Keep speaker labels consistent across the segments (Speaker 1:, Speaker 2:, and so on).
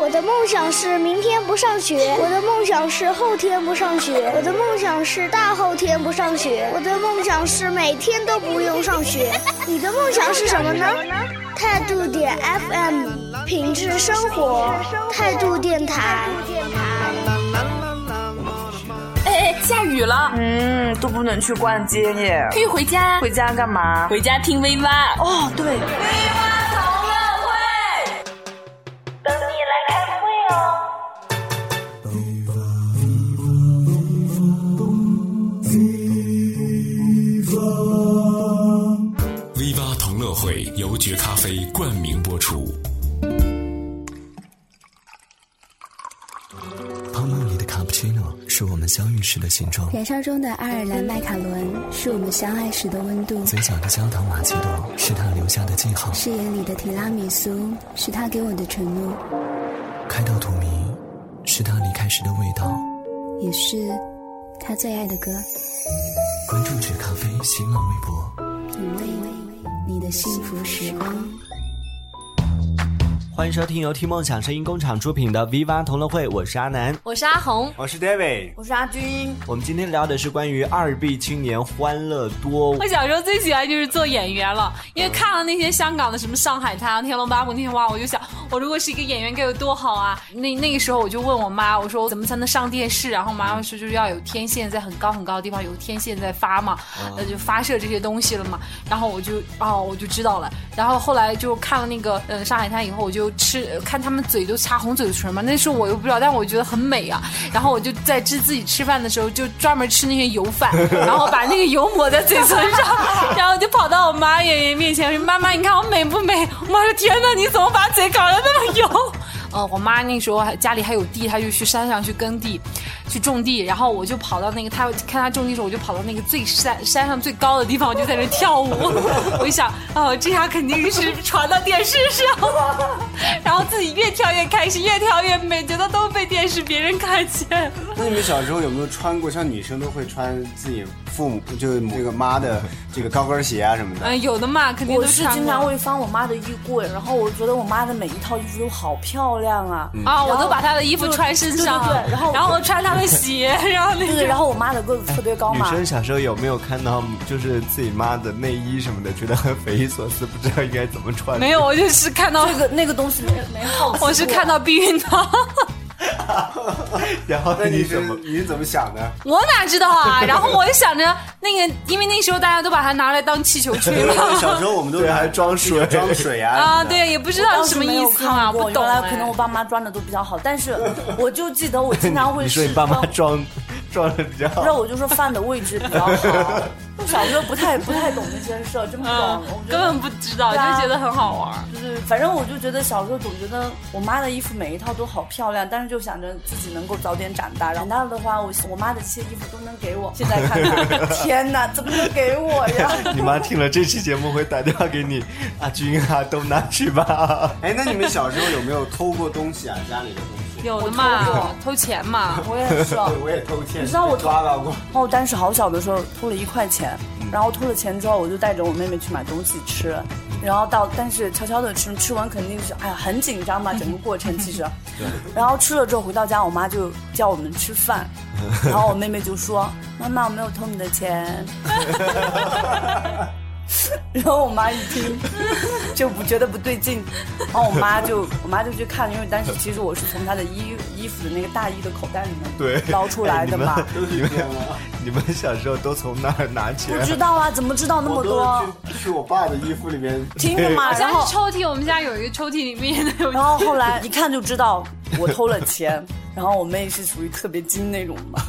Speaker 1: 我的梦想是明天不上学，我的梦想是后天不上学，我的梦想是大后天不上学，我的梦想是每天都不用上学。你的梦想是什么呢？态度点 FM，品质生活，态度电台。
Speaker 2: 哎，下雨了，
Speaker 3: 嗯，都不能去逛街耶。
Speaker 2: 可以回家，
Speaker 3: 回家干嘛？
Speaker 2: 回家听 V 妈。
Speaker 3: 哦，对，
Speaker 4: V 八同乐会由绝咖啡冠名播出。
Speaker 5: 泡沫里的卡布奇诺是我们相遇时的形状，
Speaker 6: 燃烧中的爱尔兰麦卡伦是我们相爱时的温度，
Speaker 5: 嘴角的焦糖玛奇朵是他留下的记号，
Speaker 6: 誓言里的提拉米苏是他给我的承诺，
Speaker 5: 开到荼蘼是他离开时的味道。
Speaker 6: 也是他最爱的歌。
Speaker 5: 关注绝咖啡新浪微博。
Speaker 6: 品味你的幸福时光。
Speaker 7: 欢迎收听由听梦想声音工厂出品的《V 八同乐会》，我是阿南，
Speaker 2: 我是阿红，
Speaker 7: 我是 David。
Speaker 2: 我是阿军。
Speaker 7: 我们今天聊的是关于二 B 青年欢乐多
Speaker 8: 哎
Speaker 2: 我小时候最喜欢就是做演员了，因为看了那些香港的什么《上海滩》《天龙八部》那些哇，我就想，我如果是一个演员该有多好啊！那那个时候我就问我妈，我说我怎么才能上电视？啊然后妈妈说就是要有天线在很高很高的地方有天线在发嘛，那就发射这些东西了嘛。然后我就哦，我就知道了。然后后来就看了那个呃《上海滩》以后，我就吃呃看他们嘴都擦红嘴唇嘛，那时候我又不知道，但我觉得很美啊。然后我就在吃自己吃饭的时候，就专门吃那些油饭， 然后把那个油抹在嘴唇 上，然后就跑到我妈演员面前说：“妈妈，你看我美不美？”我妈说：“天哪，你怎么把嘴搞得那么 油？”呃，我妈那时候还家里还有地，她就去山上去耕地，去种地。然后我就跑到那个她看她种地的时候，我就跑到那个最山山上最高的地方，我就在那跳舞。 我就想，哦，这下肯定是传到电视上， 然后自己越跳越开心，越跳越美，觉得都被电视别人看见了。
Speaker 8: 那你们小时候有没有穿过像女生都会穿自己父母就是这个妈的 这个高跟鞋啊什么的？
Speaker 2: 嗯，有的嘛，肯定
Speaker 9: 我
Speaker 2: 都
Speaker 9: 是
Speaker 2: 穿
Speaker 9: 经
Speaker 2: 过
Speaker 9: 常会翻我妈的衣柜，然后我觉得我妈的每一套衣服都好漂亮啊。
Speaker 7: 嗯
Speaker 2: 啊，我
Speaker 9: 然后
Speaker 2: 都把她的衣服穿身上，
Speaker 9: 对对对然后
Speaker 2: 我穿她的 鞋，然后那
Speaker 9: 对
Speaker 2: 个
Speaker 9: 对，然后我妈的个子特别高
Speaker 7: 女
Speaker 9: 嘛。
Speaker 7: 生小时候有没有看到就是自己妈的内衣什么的，觉得很匪夷所思，不知道应该怎么穿？
Speaker 2: 没有，我就是看到
Speaker 9: 那个那个东西没没好奇过
Speaker 2: 我是看到避孕 套。
Speaker 7: 然后
Speaker 8: 那你
Speaker 7: 你
Speaker 8: 是
Speaker 7: 怎么？
Speaker 8: 你是怎么想 的？
Speaker 2: 我哪知道啊？ 然后我就想着那个，因为那时候大家都把它拿来当气球吹嘛。
Speaker 8: 小时候我们都
Speaker 7: 对还装
Speaker 8: 这个
Speaker 7: 水
Speaker 8: 装水啊
Speaker 2: 啊，
Speaker 8: 什么的。
Speaker 2: 对，也不知道
Speaker 9: 当
Speaker 2: 是
Speaker 9: 时
Speaker 2: 什么
Speaker 9: 没
Speaker 2: 意
Speaker 9: 有
Speaker 2: 思
Speaker 9: 看
Speaker 2: 嘛，
Speaker 9: 过
Speaker 2: 不懂哎。
Speaker 9: 原来可能我爸妈装的都比较好，但是我就记得我经常 会
Speaker 7: 你说你爸妈装装的比较好
Speaker 9: 不知道我就说饭的位置比较好。 我小时候不太不太懂那些事儿，真不懂。
Speaker 2: 嗯
Speaker 9: 我，觉
Speaker 2: 根
Speaker 9: 得
Speaker 2: 本不知道，就
Speaker 9: 对啊
Speaker 2: 觉得很好玩。
Speaker 9: 就是，反正我就觉得小时候总觉得我妈的衣服每一套都好漂亮，但是就想着自己能够早点长大。长大了的话，我我妈的这些衣服都能给我。现在看看，天哪，怎么能给我呀？
Speaker 7: 你妈听了这期节目会打电话给 你，阿军啊，都拿去吧。
Speaker 8: 哎，那你们小时候有没有偷过东西啊？家里的东西？
Speaker 2: 有的嘛
Speaker 9: 过，
Speaker 2: 偷钱嘛。
Speaker 9: 我也是。
Speaker 8: 我也偷窃，
Speaker 9: 你知道我
Speaker 8: 被抓到过。
Speaker 9: 然后当时好小的时候偷了一块钱，
Speaker 7: 嗯
Speaker 9: 然后偷了钱之后，我就带着我妹妹去买东西吃，然后到但是悄悄的吃，吃完肯定是哎呀很紧 张嘛，整个过程其实，然后吃了之后回到家，我妈就叫我们 吃饭，然后我妹妹就说妈妈我没有偷你的钱， 然后我妈一听就不觉得不对劲，然后我妈就我妈就去看，因为当时其实我是从她的衣衣服的那个大衣的口袋里
Speaker 7: 对
Speaker 9: 面捞出来的嘛。
Speaker 7: 哎你们你们小时候都从哪儿拿钱
Speaker 9: 不？知道啊，怎么知道那么
Speaker 8: 我都
Speaker 9: 多？
Speaker 8: 去去我爸的衣服里面。
Speaker 9: 听着嘛，
Speaker 2: 好
Speaker 9: 然
Speaker 2: 像
Speaker 9: 后
Speaker 2: 是抽屉，我们家有一个抽屉里面 有
Speaker 9: 然后后来一看就知道我偷了钱。然后我妹是属于特别精那种嘛。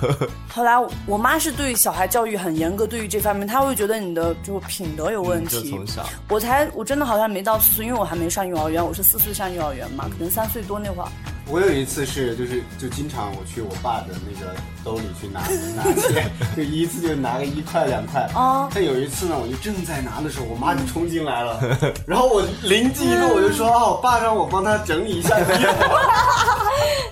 Speaker 9: 后来我我妈是对小孩教育很严格，对于这方面，她会觉得你的就品德有问
Speaker 7: 就
Speaker 9: 题
Speaker 7: 从。小
Speaker 9: 我才我真的好像没到四岁，因为我还没上幼儿园，我是四岁上幼儿园嘛，可能三岁多那会儿。
Speaker 8: 我有一次是就是就经常我去我爸的那个兜里去拿拿钱，就一次就拿个一块两块。
Speaker 9: 哦
Speaker 8: 但有一次呢，我就正在拿的时候，我妈就冲进 来了，然后我灵机一动，我就说啊，我爸让我帮他整理一下衣服。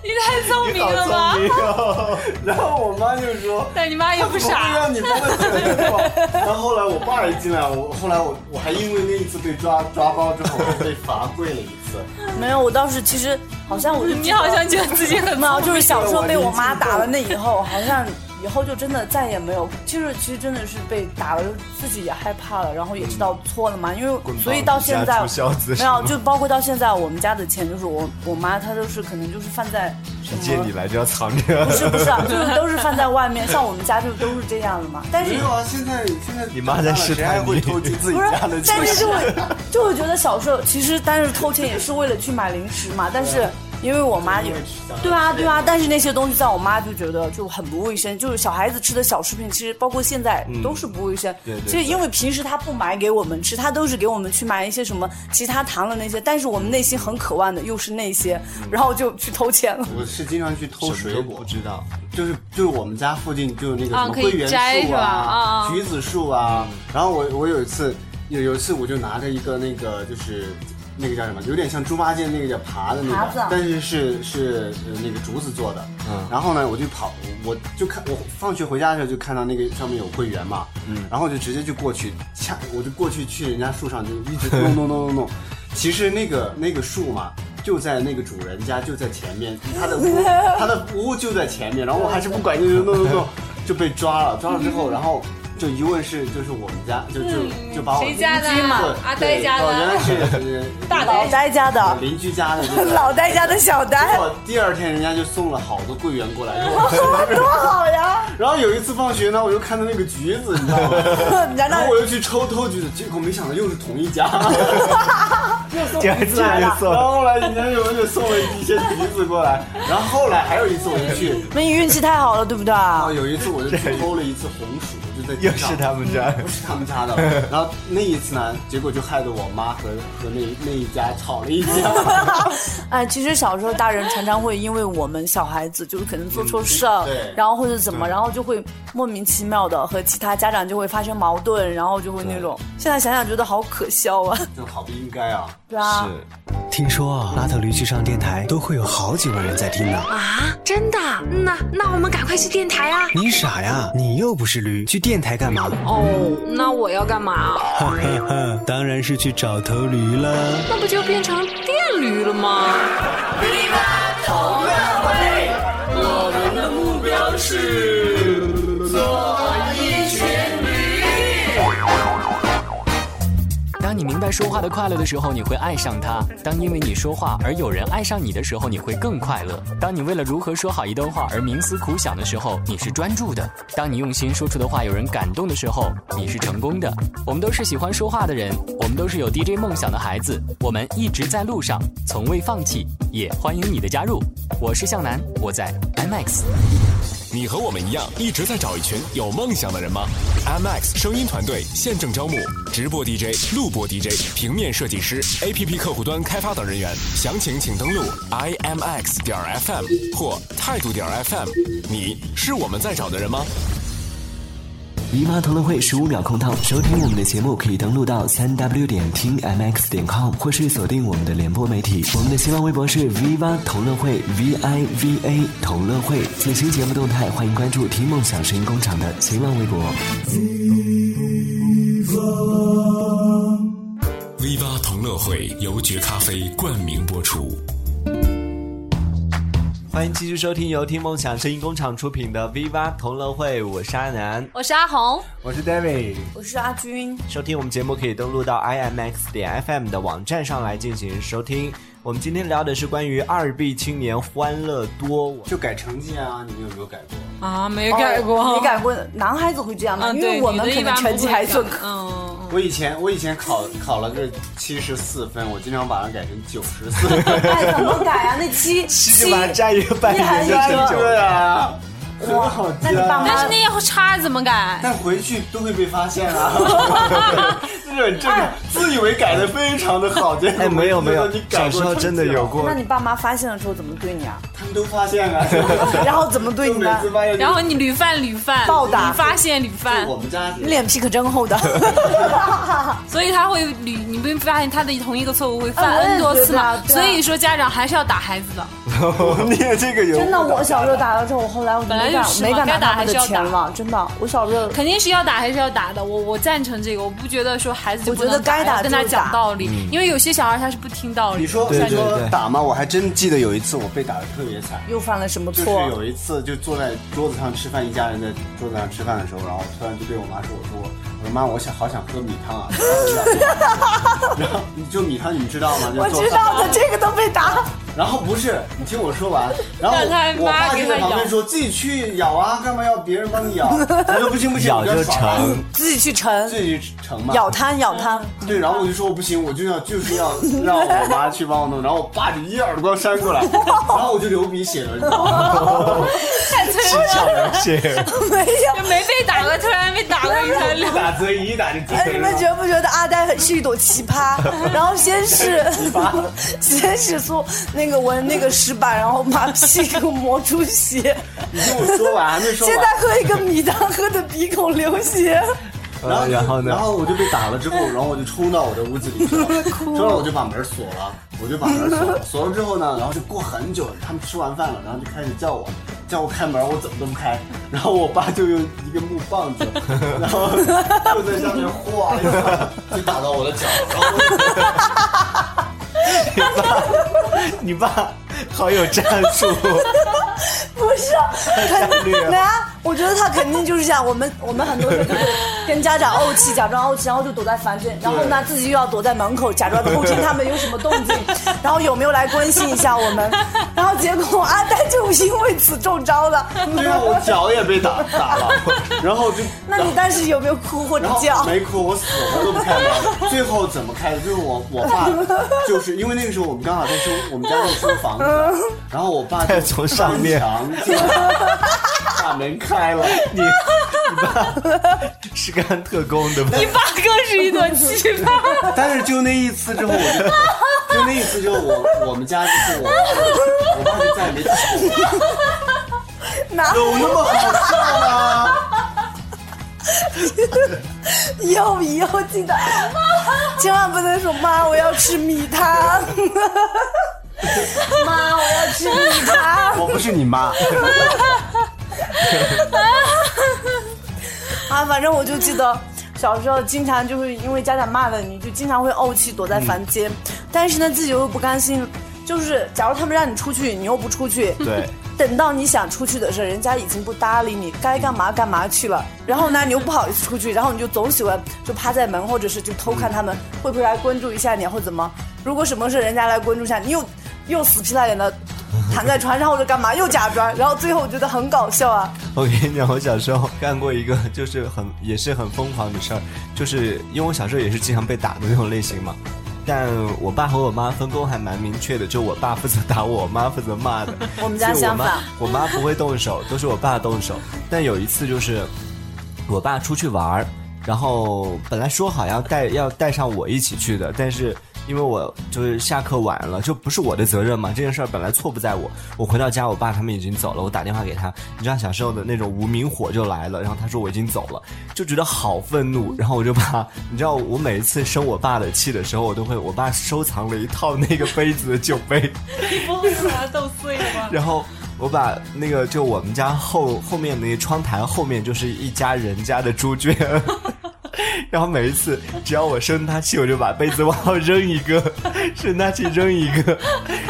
Speaker 2: 你太聪明
Speaker 8: 好
Speaker 2: 了吧
Speaker 8: 聪？明哦。然后我妈就说，
Speaker 2: 但你妈也不
Speaker 8: 怎么会
Speaker 2: 傻，
Speaker 8: 让你帮他整这种？然后后来我爸一进来，我后来我我还因为那一次被抓抓包之后，我还被罚跪了一次。
Speaker 9: 没有，我倒是其实好像我 就
Speaker 2: 你好像觉得自己很
Speaker 9: 没有，
Speaker 2: 忙，
Speaker 9: 就是小时候被我妈打了那以后，好像以后就真的再也没有，就是其实真的是被打了，自己也害怕了，然后也知道错了嘛，因为
Speaker 7: 棍棒
Speaker 9: 所以到现在
Speaker 7: 底下出孝子
Speaker 9: 没
Speaker 7: 是吗
Speaker 9: 有，就包括到现在我们家的钱，就是我我妈她都是可能就是放在什
Speaker 7: 借
Speaker 9: 么
Speaker 7: 你。来就要藏着
Speaker 9: 不。是不是啊，就是都是放在外面，像我们家就都是这样的嘛。但是
Speaker 8: 没有啊，现在现在
Speaker 7: 你妈在试探你
Speaker 8: 谁还会偷鸡自己
Speaker 9: 不是
Speaker 8: 家的，
Speaker 9: 但
Speaker 8: 钱？
Speaker 9: 是就会就会觉得小时候其实，但是偷钱也是为了去买零食嘛。但是因为我妈有
Speaker 8: 因为吃到，
Speaker 9: 对啊对啊，但是那些东西在我妈就觉得就很不卫生，就是小孩子吃的小食品，其实包括现在都是不卫生。
Speaker 7: 对对
Speaker 9: 其实因为平时她不买给我们吃，她都是给我们去买一些什么其他糖的那些，但是我们内心很渴望的又是那些，然后就去偷钱了。
Speaker 8: 我是经常去
Speaker 7: 什
Speaker 8: 偷
Speaker 7: 么
Speaker 8: 水
Speaker 7: 都
Speaker 8: 果，
Speaker 7: 不知道，
Speaker 8: 就是就是我们家附近就是那个
Speaker 2: 啊
Speaker 8: 什么
Speaker 2: 可以
Speaker 8: 桂圆
Speaker 2: 摘是
Speaker 8: 树
Speaker 2: 吧啊啊
Speaker 8: 橘子树啊。然后我我有一次有有一次我就拿着一个那个就是那个叫什么，有点像猪八戒那个叫爬的那
Speaker 9: 耙子
Speaker 8: 个，但是是是呃那个竹子做的。
Speaker 7: 嗯
Speaker 8: 然后呢，我就跑，我就看我放学回家的时候就看到那个上面有桂圆嘛，然后就直接就过去掐，我就过去去人家树上就一直弄弄弄弄弄。其实那个那个树嘛。就在那个主人家，就在前面，他的屋，他的屋就在前面，然后我还是不管，就是弄弄弄，就被抓了。抓了之后，然后就一问是就是我们家，就就就把我
Speaker 2: 嗯谁家的
Speaker 8: 邻居嘛
Speaker 2: 阿
Speaker 8: 对
Speaker 2: 呆家的
Speaker 8: 哦原来 是呃
Speaker 2: 大
Speaker 9: 老
Speaker 2: 呆
Speaker 9: 呆家的，
Speaker 8: 邻居家 的，就是
Speaker 9: 老呆家的小呆
Speaker 8: 然，后第二天人家就送了好多桂圆过来给我吃。
Speaker 9: 多好呀！
Speaker 8: 然后有一次放学呢，我就看到那个橘子，你知道吗？
Speaker 9: 难
Speaker 8: 然
Speaker 9: 道
Speaker 8: 后我又去抽偷橘子，结果没想到又是同一家。
Speaker 7: 第二次
Speaker 8: 然
Speaker 7: 就送。
Speaker 8: 后后来人家又又送了一些橘子过来。然后后来还有一次我就去，
Speaker 9: 那你运气太好了，对不啊对？
Speaker 8: 然后有一次我就去偷了一次红薯，就在地
Speaker 7: 又
Speaker 8: 上
Speaker 7: 是他们家，
Speaker 8: 不是他 们家的。然后那一次呢，结果就害得我妈和和那那一家吵了 一架。
Speaker 9: 哎，其实小时候大人常常会因为我们小孩子就是可能做错事儿，
Speaker 8: 嗯对
Speaker 9: 然后或者怎么，然后就会莫名其妙的和其他家长就会发生矛盾，然后就会那种，现在想想觉得好可笑啊，
Speaker 8: 就好不应该啊！
Speaker 9: 对啊，
Speaker 7: 是
Speaker 5: 听说啊，拉头驴去上电台都会有好几万人在听呢。
Speaker 10: 啊，真的？嗯呐，那我们赶快去电台啊！
Speaker 5: 你傻呀？你又不是驴，去电台干嘛？
Speaker 10: 哦，那我要干嘛？
Speaker 5: 哈哈哈，当然是去找头驴了。
Speaker 10: 那不就变成电驴了吗？
Speaker 11: 当你明白说话的快乐的时候，你会爱上它；当因为你说话而有人爱上你的时候，你会更快乐；当你为了如何说好一段话而冥思苦想的时候，你是专注的；当你用心说出的话有人感动的时候，你是成功的。我们都是喜欢说话的人，我们都是有 DJ 梦想的孩子，我们一直在路上，从未放弃，也欢迎你的加入。我是向南，我在 IMAX。
Speaker 4: 你和我们一样一直在找一群有梦想的人吗？MX 声音团队现正招募直播 DJ、录播 DJ、平面设计师、APP 客户端开发等人员，详情请登录 imx 点 fm 或态度点 fm。你是我们在找的人吗？
Speaker 5: 姨妈同乐会十五秒空档，收听我们的节目可以登录到三 w 点听 mx 点 com，或是锁定我们的联播媒体。我们的新浪微博是 viva 同乐会 v i v a 同乐会。最新节目动态，欢迎关注听梦想声音工厂的新浪微博。
Speaker 4: V 八同乐会由觉咖啡冠名播出。
Speaker 7: 欢迎继续收听由听梦想声音工厂出品的《V 八同乐会》，我是阿南，
Speaker 2: 我是阿红，
Speaker 7: 我是 David。
Speaker 9: 我是阿军，
Speaker 7: 收听我们节目可以登录到 imx 点 fm 的网站上来进行收听。我们今天聊的是关于二 B 青年欢乐多，
Speaker 8: 就改成绩啊，你们有没有改过？
Speaker 2: 啊，没改
Speaker 9: 哦
Speaker 2: 过，
Speaker 9: 你改过？男孩子会这样吗？
Speaker 2: 嗯，
Speaker 9: 因
Speaker 2: 对，
Speaker 9: 为我们
Speaker 2: 女的
Speaker 9: 可
Speaker 2: 一
Speaker 9: 能
Speaker 2: 般
Speaker 9: 成绩
Speaker 2: 不会
Speaker 9: 还算
Speaker 2: 改
Speaker 9: 可，
Speaker 2: 嗯。嗯
Speaker 8: 我以前我以前考考了个七十四分，我经常把它改成九十四。
Speaker 9: 哎，怎 么改啊？那七
Speaker 7: 是
Speaker 9: 七
Speaker 7: 吧？占一个半年就
Speaker 9: 你还
Speaker 7: 成
Speaker 9: 说
Speaker 7: 就
Speaker 8: 对 啊，很好
Speaker 9: 那你爸
Speaker 8: 加。
Speaker 9: 妈
Speaker 2: 但是那要差怎么改？
Speaker 8: 但回去都会被发现啊！很正
Speaker 9: 哎
Speaker 8: 常，自以为改的非常的好，结果
Speaker 7: 哎，没有没有
Speaker 8: 你，
Speaker 7: 小
Speaker 8: 改过
Speaker 7: 时候
Speaker 8: 春
Speaker 7: 真的
Speaker 8: 节
Speaker 7: 有
Speaker 8: 了
Speaker 7: 过
Speaker 9: 那。你爸妈发现了之后怎么对你啊？，
Speaker 8: 他们都发 现了
Speaker 9: 然后怎么对你呢？
Speaker 2: 然后你屡犯屡犯，
Speaker 9: 暴打
Speaker 2: 屡发现屡犯。
Speaker 8: 我们家
Speaker 9: 你脸皮可真 厚的。
Speaker 2: 所以他会屡，你没发现他的同一个错误会
Speaker 9: 啊
Speaker 2: 犯
Speaker 9: 我也
Speaker 2: n 多次
Speaker 9: 觉得
Speaker 2: 吗
Speaker 9: 啊？对啊
Speaker 2: 所以说家长还是要打孩子的。
Speaker 7: 你也这个有
Speaker 9: 真的，我小时候打了之后，我后来我就
Speaker 2: 本来
Speaker 9: 没
Speaker 2: 就
Speaker 9: 敢
Speaker 2: 是嘛
Speaker 9: 没敢
Speaker 2: 该
Speaker 9: 拿
Speaker 2: 打
Speaker 9: 他
Speaker 2: 还
Speaker 9: 们
Speaker 2: 是
Speaker 9: 的
Speaker 2: 要
Speaker 9: 钱
Speaker 2: 打
Speaker 9: 了，真的，我小时候
Speaker 2: 肯定是要打还是要打的，我我赞成这个，我不觉得说孩子就
Speaker 9: 我
Speaker 2: 不
Speaker 9: 觉得
Speaker 2: 能
Speaker 9: 该打
Speaker 2: 要跟他
Speaker 9: 就打
Speaker 2: 讲道理
Speaker 8: 嗯，
Speaker 2: 因为有些小孩他是不听道理的。
Speaker 8: 你说
Speaker 2: 像
Speaker 8: 你说
Speaker 2: 你
Speaker 8: 打吗？我还真记得有一次我被打的特别惨，
Speaker 9: 又犯了什么
Speaker 8: 就
Speaker 9: 错？
Speaker 8: 是有一次就坐在桌子上吃饭，一家人在桌子上吃饭的时候，然后突然就对我妈说：“我说我我说妈，我想好想喝米 汤啊。然后”然后你就米汤你知道吗？就
Speaker 9: 我
Speaker 8: 做
Speaker 9: 知
Speaker 8: 饭
Speaker 9: 道的，这个都被打。
Speaker 8: 然后不是，你听我 说完，然后
Speaker 9: 让他
Speaker 8: 我
Speaker 9: 妈
Speaker 8: 爸
Speaker 9: 给
Speaker 8: 就
Speaker 9: 他
Speaker 8: 在旁边
Speaker 9: 咬
Speaker 8: 说自己去咬啊，干嘛要别人帮你 咬？我说不行不行，
Speaker 7: 咬
Speaker 8: 我要
Speaker 7: 就
Speaker 8: 耍赖
Speaker 7: 成，
Speaker 9: 自己去盛，
Speaker 8: 自己去盛嘛，
Speaker 9: 咬他咬他。
Speaker 8: 对，然后我就说我不行，我就要就是要让我妈去帮我弄，然后我爸就一耳光扇 过来，然后我就流鼻血了，你知道吗？
Speaker 2: 太脆弱了，
Speaker 7: 血，
Speaker 9: 没有，
Speaker 2: 就没被打过，突然被打过一 下，
Speaker 8: 一打则已，一打就自
Speaker 9: 哎，你们觉不觉得阿呆很是一朵奇葩？ 然后先是 先是说那个闻那个石板，然后把屁股磨出血。
Speaker 8: 你听我说完还没说完
Speaker 9: 现在喝一个米汤，喝的鼻孔流血。
Speaker 8: 然后
Speaker 7: 呃然后呢
Speaker 8: 然后我就被打了之后，然后我就冲到我的屋子里去 了，冲了我就把门锁了，我就把门锁了，锁了之后呢，然后就过很久，他们吃完饭了，然后就开始叫我，叫我开门，我怎么都不开，然后我爸就用一个木棒子，然后就在上面哗一下就打到我的脚，然后
Speaker 7: 你 爸 好有战术，
Speaker 9: 不是，肯
Speaker 7: 略
Speaker 9: 对啊，我觉得他肯定就是这样。我们 我们很多时候就是跟家长怄气，假装怄气，然后就躲在房间，然后呢自己又要躲在门口，假装偷听他们有什么动静，然后有没有来关心一下我们。 然后结果阿呆就因为此中招了。
Speaker 8: 对啊，我脚也被打打了，然后就
Speaker 9: 那你当时有没有哭或者
Speaker 8: 然后
Speaker 9: 叫？
Speaker 8: 没哭，我死活都不开门。最后怎么开的？就是我 我爸，就是因为那个时候我们刚好在收我们家在收房子， 然后我爸就
Speaker 7: 从上面
Speaker 8: 翻墙进来把门开了。
Speaker 7: 你是干特工的吧？
Speaker 2: 你爸更是一朵奇葩。
Speaker 8: 但是就那一次之后，我就就那一次之后，我我们家就是我我爸就再也没打过我。
Speaker 9: 哪
Speaker 8: 有那么好笑吗？
Speaker 9: 以后以后记得， 千万不能说妈，我要吃米汤。妈，我要吃米汤。
Speaker 8: 我不是你妈，
Speaker 9: 啊，反正我就记得小时候经常就是因为家长骂了你，就经常会怄气躲在房间，但是呢自己又不甘心，就是假如他们让你出去，你又不出去，
Speaker 7: 对。
Speaker 9: 等到你想出去的时候，人家已经不搭理你，该干嘛干嘛去了。然后呢，你又不好意思出去，然后你就总喜欢就趴在门，或者是就偷看他们会不会来关注一下你，啊或怎么。如果什么事人家来关注一下，你又又死皮赖脸的躺在床上或者干嘛，又假装，然后最后我觉得很搞笑啊。
Speaker 7: 我跟你讲，我小时候干过一个，就是很也是很疯狂的事儿，就是因为我小时候也是经常被打的那种类型嘛。但我爸和我妈分工还蛮明确的，就我爸负责打我，我妈负责骂的。
Speaker 9: 我们家
Speaker 7: 所以我
Speaker 9: 相
Speaker 7: 妈
Speaker 9: 反
Speaker 7: 我妈不会动手，都是我爸动手。但有一次就是，我爸出去玩儿，然后本来说好要带要带上我一起去的，但是因为我就是下课晚了，就不是我的责任嘛，这件事儿本来错不在我。我回到家，我爸他们已经走了，我打电话给他，你知道小时候的那种无名火就来了，然后他说我已经走了，就觉得好愤怒，然后我就把你知道我每一次生我爸的气的时候，我都会我爸收藏了一套那个杯子的酒杯。
Speaker 2: 你不会把他逗碎了吧？
Speaker 7: 然后我把那个就我们家后后面那个窗台后面就是一家人家的猪 圈，然后每一次只要我生他气，我就把杯子往后扔一个，生他气扔一个，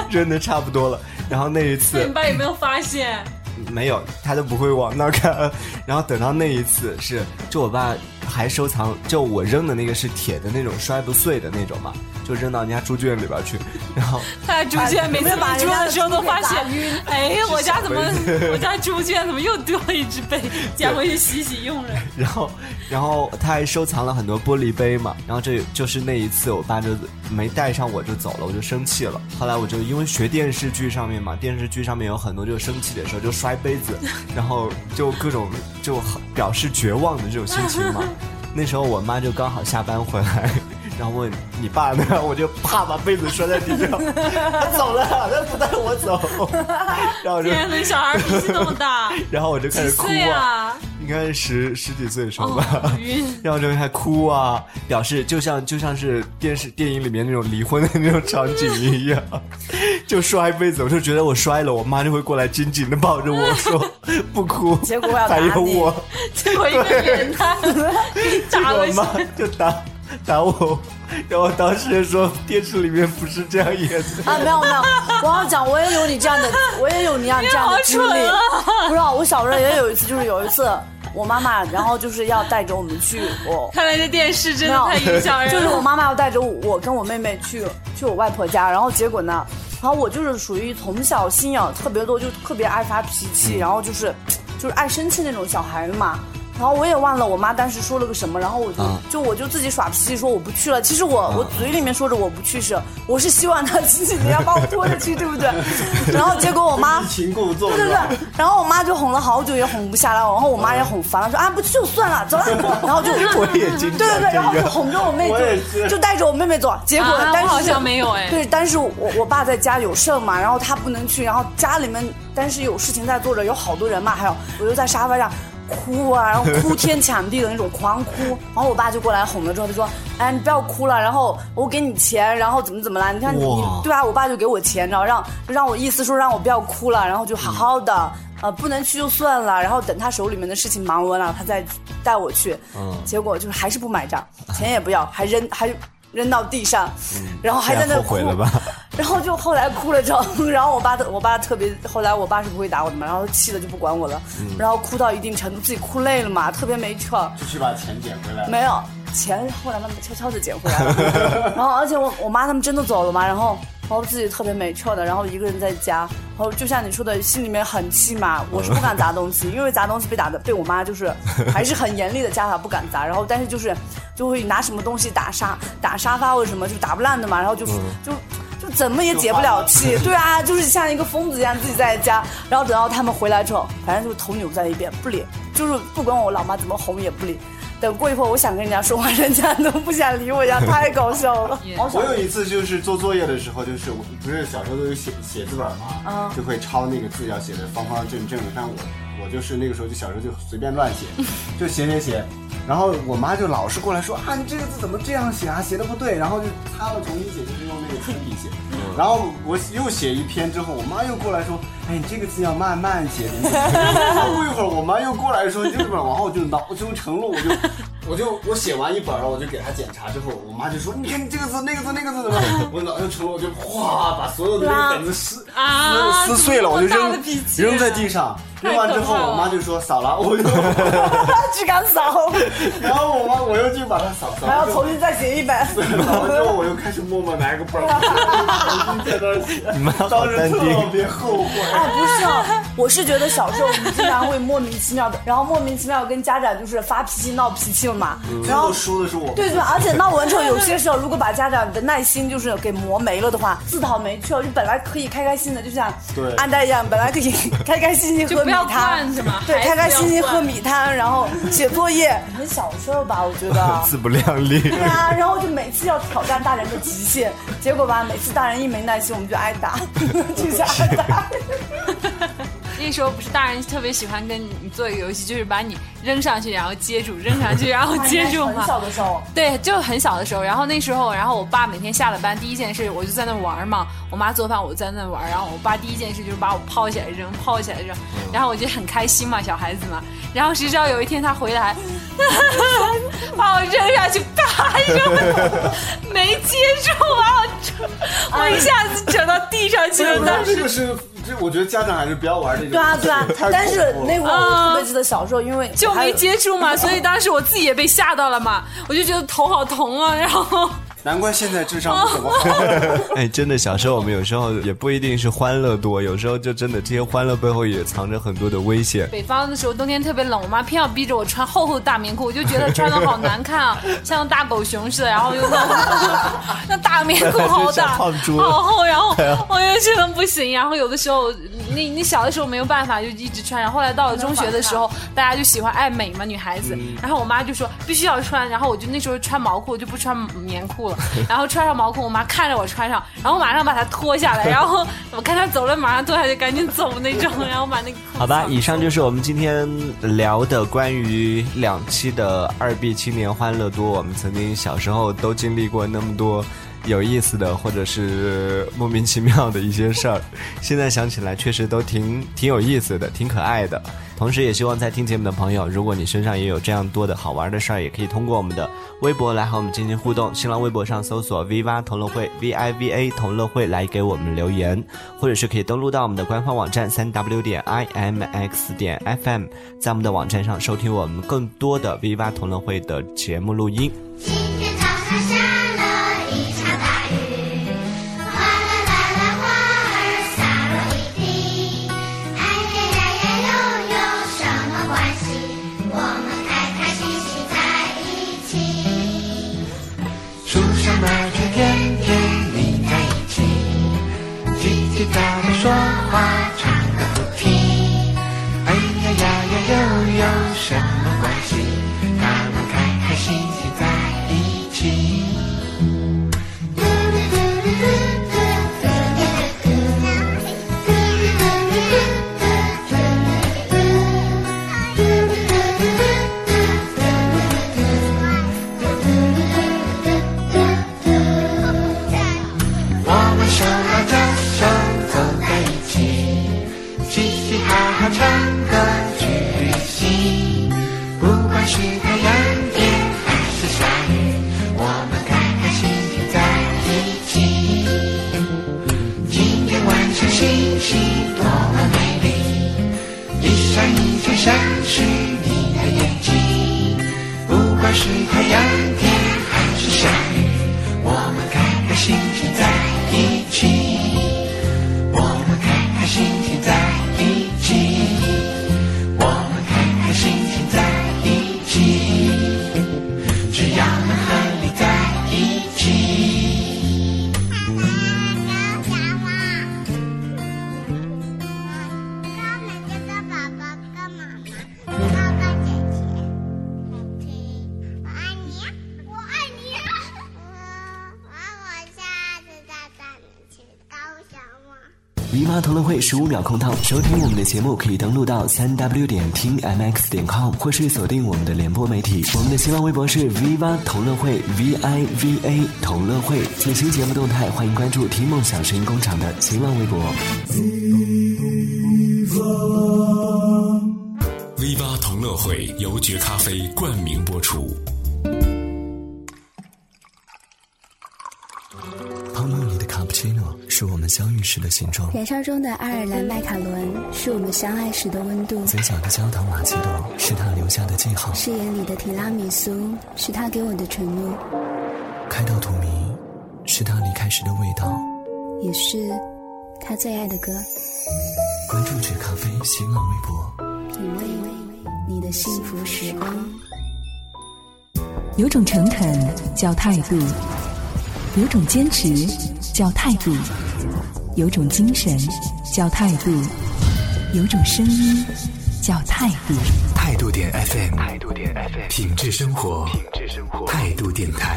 Speaker 7: 扔的差不多了。然后那一
Speaker 2: 那
Speaker 7: 次
Speaker 2: 你爸有没有发现？
Speaker 7: 没有，他都不会往那儿看。然后等到那一次是，就我爸还收藏，就我扔的那个是铁的那种摔不碎的那种嘛，就扔到人家猪圈里边儿去，然后。
Speaker 2: 他的猪圈每次把猪的时候都发现，哎，我家怎么
Speaker 7: 小杯子
Speaker 2: 我家猪圈怎么又多了一只杯？捡回去洗洗用着。
Speaker 7: 然后，然后他还收藏了很多玻璃杯嘛。然后这就是那一次，我爸就没带上我就走了，我就生气了。后来我就因为学电视剧上面嘛，电视剧上面有很多就生气的时候就 摔杯子，然后就各种就很表示绝望的这种心情嘛。那时候我妈就刚好下班回来，然后问你爸呢， 我就啪把被子摔在地上， 他走了，他不带我走， 然后我就
Speaker 2: 天哪，小孩脾气那么 大，
Speaker 7: 然后我就开始哭
Speaker 2: 几岁
Speaker 7: 啊
Speaker 2: 啊，哦
Speaker 7: 应该是十十几岁的时候吧，
Speaker 2: 晕
Speaker 7: 然后就开始哭啊，表示就像就像是电视电影里面那种离婚的那种场景一样， 就摔杯子，我就觉得我摔了，我妈就会过来紧紧的抱着我 说不哭，
Speaker 9: 结果我要打
Speaker 7: 还
Speaker 9: 你
Speaker 7: 有我，
Speaker 2: 结果一个 扁担
Speaker 9: 啊
Speaker 2: 砸
Speaker 7: 我
Speaker 2: 了
Speaker 7: 妈就打打我，然后我当时就说电视里面不是这样演的，
Speaker 9: 啊，没有没有，我要讲，我也有你这样的，我也有你这样这样的经
Speaker 2: 你好
Speaker 9: 历
Speaker 2: 蠢。啊
Speaker 9: 不知道，我小时候也有一次，就是有一次，我妈妈然后就是要带着我们去我
Speaker 2: 看来这电视真的
Speaker 9: 没有
Speaker 2: 太影响人
Speaker 9: 就
Speaker 2: 了。
Speaker 9: 是我妈妈要带着我跟我妹妹去去我外婆家，然后结果呢，然后我就是属于从小心眼儿特别多，就特别爱发脾
Speaker 12: 嗯
Speaker 9: 气，然后就是就是爱生气那种小孩嘛。然后我也忘了我妈当时说了个什么，然后我就、
Speaker 12: 啊
Speaker 9: 就我就自己耍脾气说我不去了。其实我、
Speaker 12: 啊
Speaker 9: 我嘴里面说着我不去是，我是希望她你要把我拖着去，对不对？然后结果我妈
Speaker 8: 欲擒故纵，
Speaker 9: 对对对，然后我妈就哄了好久也哄不下来，然后我妈也哄烦了，说啊不去就算了， 走了。然后就
Speaker 7: 我也经
Speaker 9: 对
Speaker 7: 常
Speaker 9: 对对，
Speaker 7: 这
Speaker 9: 然后就
Speaker 7: 样
Speaker 9: 哄着我妹
Speaker 7: 我也
Speaker 9: 就就带着我妹妹走，结果
Speaker 2: 啊
Speaker 9: 但是
Speaker 2: 我好像没有哎
Speaker 9: 对，但是我我爸在家有事儿嘛，然后他不能去，然后家里面但是有事情在做着，有好多人嘛，还有我就在沙发上。哭啊，然后哭天抢地的那种狂哭， 然后我爸就过来哄了之后，他说：“哎，你不要哭了，然后我给你钱，然后怎么怎么了？你看你
Speaker 12: 哇
Speaker 9: 对啊，我爸就给我钱，然后让让我意思说让我不要哭了，然后就好好的，
Speaker 12: 嗯
Speaker 9: 呃，不能去就算了，然后等他手里面的事情忙完了，他再带我去。
Speaker 12: 嗯
Speaker 9: 结果就是还是不买账，钱也不要，还扔还扔到地上，
Speaker 12: 嗯
Speaker 9: 然后还在
Speaker 7: 太
Speaker 9: 那
Speaker 7: 后
Speaker 9: 哭
Speaker 7: 悔，了吧？
Speaker 9: 然后就后来哭了之后，然后我爸特我爸特别，后来我爸是不会打我的嘛，然后气的就不管我了，
Speaker 8: 嗯
Speaker 9: 然后哭到一定程度，自己哭累了嘛，特别没趣儿，
Speaker 8: 就去把钱捡回来。
Speaker 9: 没有钱，后来慢慢悄悄的捡回来 了。然后，而且我我妈他们真的走了嘛，然后然后自己特别没趣儿的，然后一个人在家，然后就像你说的，心里面很气嘛。我是不敢砸东西，
Speaker 7: 嗯
Speaker 9: 因为砸东西被打的被我妈就是 还是很严厉的家法，不敢砸。然后但是就是就会拿什么东西打沙打沙发或者什么，就打不烂的嘛。然后就是、
Speaker 7: 嗯
Speaker 9: 就。就怎么也解不了气，对啊，就是像一个疯子一样自己在家，然后等到他们回来之后，反正就是头扭在一边不理，就是不管我老妈怎么哄也不理。等过一会儿，我想跟人家说话，人家都不想理我呀，太搞笑了。好
Speaker 8: 我
Speaker 9: 想
Speaker 8: 有一次就是做作业的时候，就是我不是小时候都有写写字本嘛，
Speaker 9: 嗯
Speaker 8: 就会抄那个字要写的方方正正的。但我我就是那个时候就小时候就随便乱 写，就写写写。然后我妈就老是过来说啊，你这个字怎么这样写啊？写的不对。然后就擦了重新写，就是用那个铅笔写。然后我又写一篇之后，我妈又过来说，哎，你这个字要慢慢写。等等然后过一会儿，我妈又过来说这个本，然后我就恼羞成怒，我就我就我写完一本儿，我就给她检查之后，我妈就说：“你看你这个字、那个字、那个字怎么样？”我恼羞成怒，我就哗把所有的那个本子撕
Speaker 2: 啊
Speaker 8: 撕撕碎了，我就
Speaker 2: 这么大
Speaker 8: 扔
Speaker 2: 的脾气
Speaker 8: 扔在地上。扔完之后，
Speaker 2: 太可怕了
Speaker 8: 我妈就说：“扫了。” 我就
Speaker 9: 只敢扫，
Speaker 8: 然后我妈我又去把它扫扫，
Speaker 9: 还要重新再写一版。
Speaker 8: 扫完之后，我又开始默默拿一个本儿，重新在那儿写。当时特别后悔。
Speaker 9: 哎，不是啊，我是觉得小时候我们经常会莫名其妙的，然后莫名其妙跟家长就是发脾气、闹脾气了嘛，
Speaker 8: 最
Speaker 9: 然后
Speaker 8: 后。输的是我。
Speaker 9: 对对，而且闹完之后，有些时候如果把家长的耐心就是给磨没了 的话，自讨没趣哦。就本来可以开开心的，就像
Speaker 12: 对
Speaker 9: 安呆一样，本来可以开开心心
Speaker 2: 就
Speaker 9: 喝
Speaker 2: 不
Speaker 9: 米
Speaker 2: 要
Speaker 9: 汤
Speaker 2: 惯着嘛，
Speaker 9: 对，
Speaker 2: 孩子
Speaker 9: 开开心心
Speaker 2: 不要
Speaker 9: 喝
Speaker 2: 惯
Speaker 9: 米汤，然后写作业。你们小时候吧，我觉 得
Speaker 7: 自不量力。
Speaker 9: 对啊，然后就每次要挑战大人的极限，结果吧，每次大人一没耐心，我们就挨打， 就是挨打。
Speaker 2: 那时候不是大人特别喜欢跟你做一个游戏，就是把你扔上去，然后接住，扔上去，然后 接住嘛。
Speaker 9: 哎很小的时候，
Speaker 2: 对，就很小的时候，然后那时候，然后我爸每天下了班，第一件事我就在那玩嘛，我妈做饭，我在那玩，然后我爸第一件事就是把我抛起来扔，抛起来扔，然后我就很开心嘛，小孩子嘛，然后谁知道有一天他回来， 把我扔下去，啪一扔，没接住，把我整，我 一下子整到地上去了，
Speaker 9: 哎
Speaker 8: 但
Speaker 2: 当
Speaker 8: 这
Speaker 2: 时
Speaker 8: 个是，这我觉得家长还是不要玩这个。
Speaker 9: 对啊对啊
Speaker 8: 太恐怖，了
Speaker 9: 但是那会儿我特别记得小时候，因为
Speaker 2: 就没接住嘛，所以当时我自己也被吓到了嘛，我就觉得头好疼啊，然后
Speaker 8: 难怪现在智商不怎么好。
Speaker 7: 哎，真的，小时候我们有时候也不一定是欢乐多，有时候就真的这些欢乐背后也藏着很多的危险。
Speaker 2: 北方的时候冬天特别冷，我妈偏要逼着我穿厚厚的大棉裤，我就觉得穿的好难看 啊，像大狗熊似的，然后又那种那大棉裤好
Speaker 7: 像
Speaker 2: 大，
Speaker 7: 胖猪啊
Speaker 2: 好厚，然 后我又觉得不行，然后有的时候你你小的时候没有办法就一直穿，然后后来到了中学的时候，大家就喜欢爱美嘛，女孩子，
Speaker 7: 嗯
Speaker 2: 然后我妈就说必须要穿，然后我就那时候穿毛裤，我就不穿棉裤 了，然后穿上毛裤，我妈看着我穿上，然后马上把它脱下来，然后我看她走了，马上脱下来就赶紧走那种，然后把那个裤子
Speaker 7: 好吧，以上就是我们今天聊的关于两期的二 B 青年欢乐多。我们曾经小时候都经历过那么多有意思的，或者是莫名其妙啊的一些事儿，现在想起来确实都挺挺有意思的，挺可爱的。同时，也希望在听节目的朋友，如果你身上也有这样多的好玩的事儿，也可以通过我们的微博来和我们进行互动。新浪微博上搜索 “V 八同乐会 ”V I V A 同乐会来给我们留言，或者是可以登录到我们的官方网站三 W 点 I M X 点 F M，在我们的网站上收听我们更多的 V 八同乐会的节目录音。
Speaker 12: 今天早上下了一场大雨，哗啦啦啦，花儿洒落一地。哎呀呀呀，又有什么关系？我们开开心心在一起。
Speaker 13: 树上那只甜甜腻在一起，叽叽喳喳说话，唱歌不停。哎呀呀呀，又有什么关系？他们开开心心在一起。我们手拉着手走在一起，嘻嘻哈哈唱歌去旅行。不管是太阳天还是下雨，我们开开心心在一起。今天晚上星星多么美丽，一闪一闪闪是你的眼睛。不管是太阳天还是下雨。我们开开心心在一起，我们开开心心在一起，我们开开心心在一起，只要能和你在一起。
Speaker 1: 啊呃
Speaker 5: V 妈同乐会十五秒空档，收听我们的节目可以登录到三 W 点听 MX 点 com，或是锁定我们的联播媒体。我们的新浪微博是 V 妈同乐会 V I V A 同乐会。最新节目动态，欢迎关注听梦想声音工厂的新浪微博。
Speaker 4: V 八同乐会由绝咖啡冠名播出。
Speaker 5: 泡沫里的卡布奇诺是我们相遇时的形状，
Speaker 6: 燃烧中的爱尔兰麦卡伦是我们相爱时的温度，
Speaker 5: 嘴角的焦糖玛奇朵是他留下的记号，
Speaker 6: 誓言里的提拉米苏是他给我的承诺，
Speaker 5: 开到荼蘼是他离开时的味道。
Speaker 6: 也是他最爱的歌。
Speaker 5: 关注绝咖啡新浪微博。
Speaker 6: 品味你的幸福时光。
Speaker 14: 有种诚恳叫态度，有种坚持叫态度，有种精神叫态度，有种声音叫态度。
Speaker 15: 态度点 FM，态度点 FM，品质生活，品质生活，态度电台。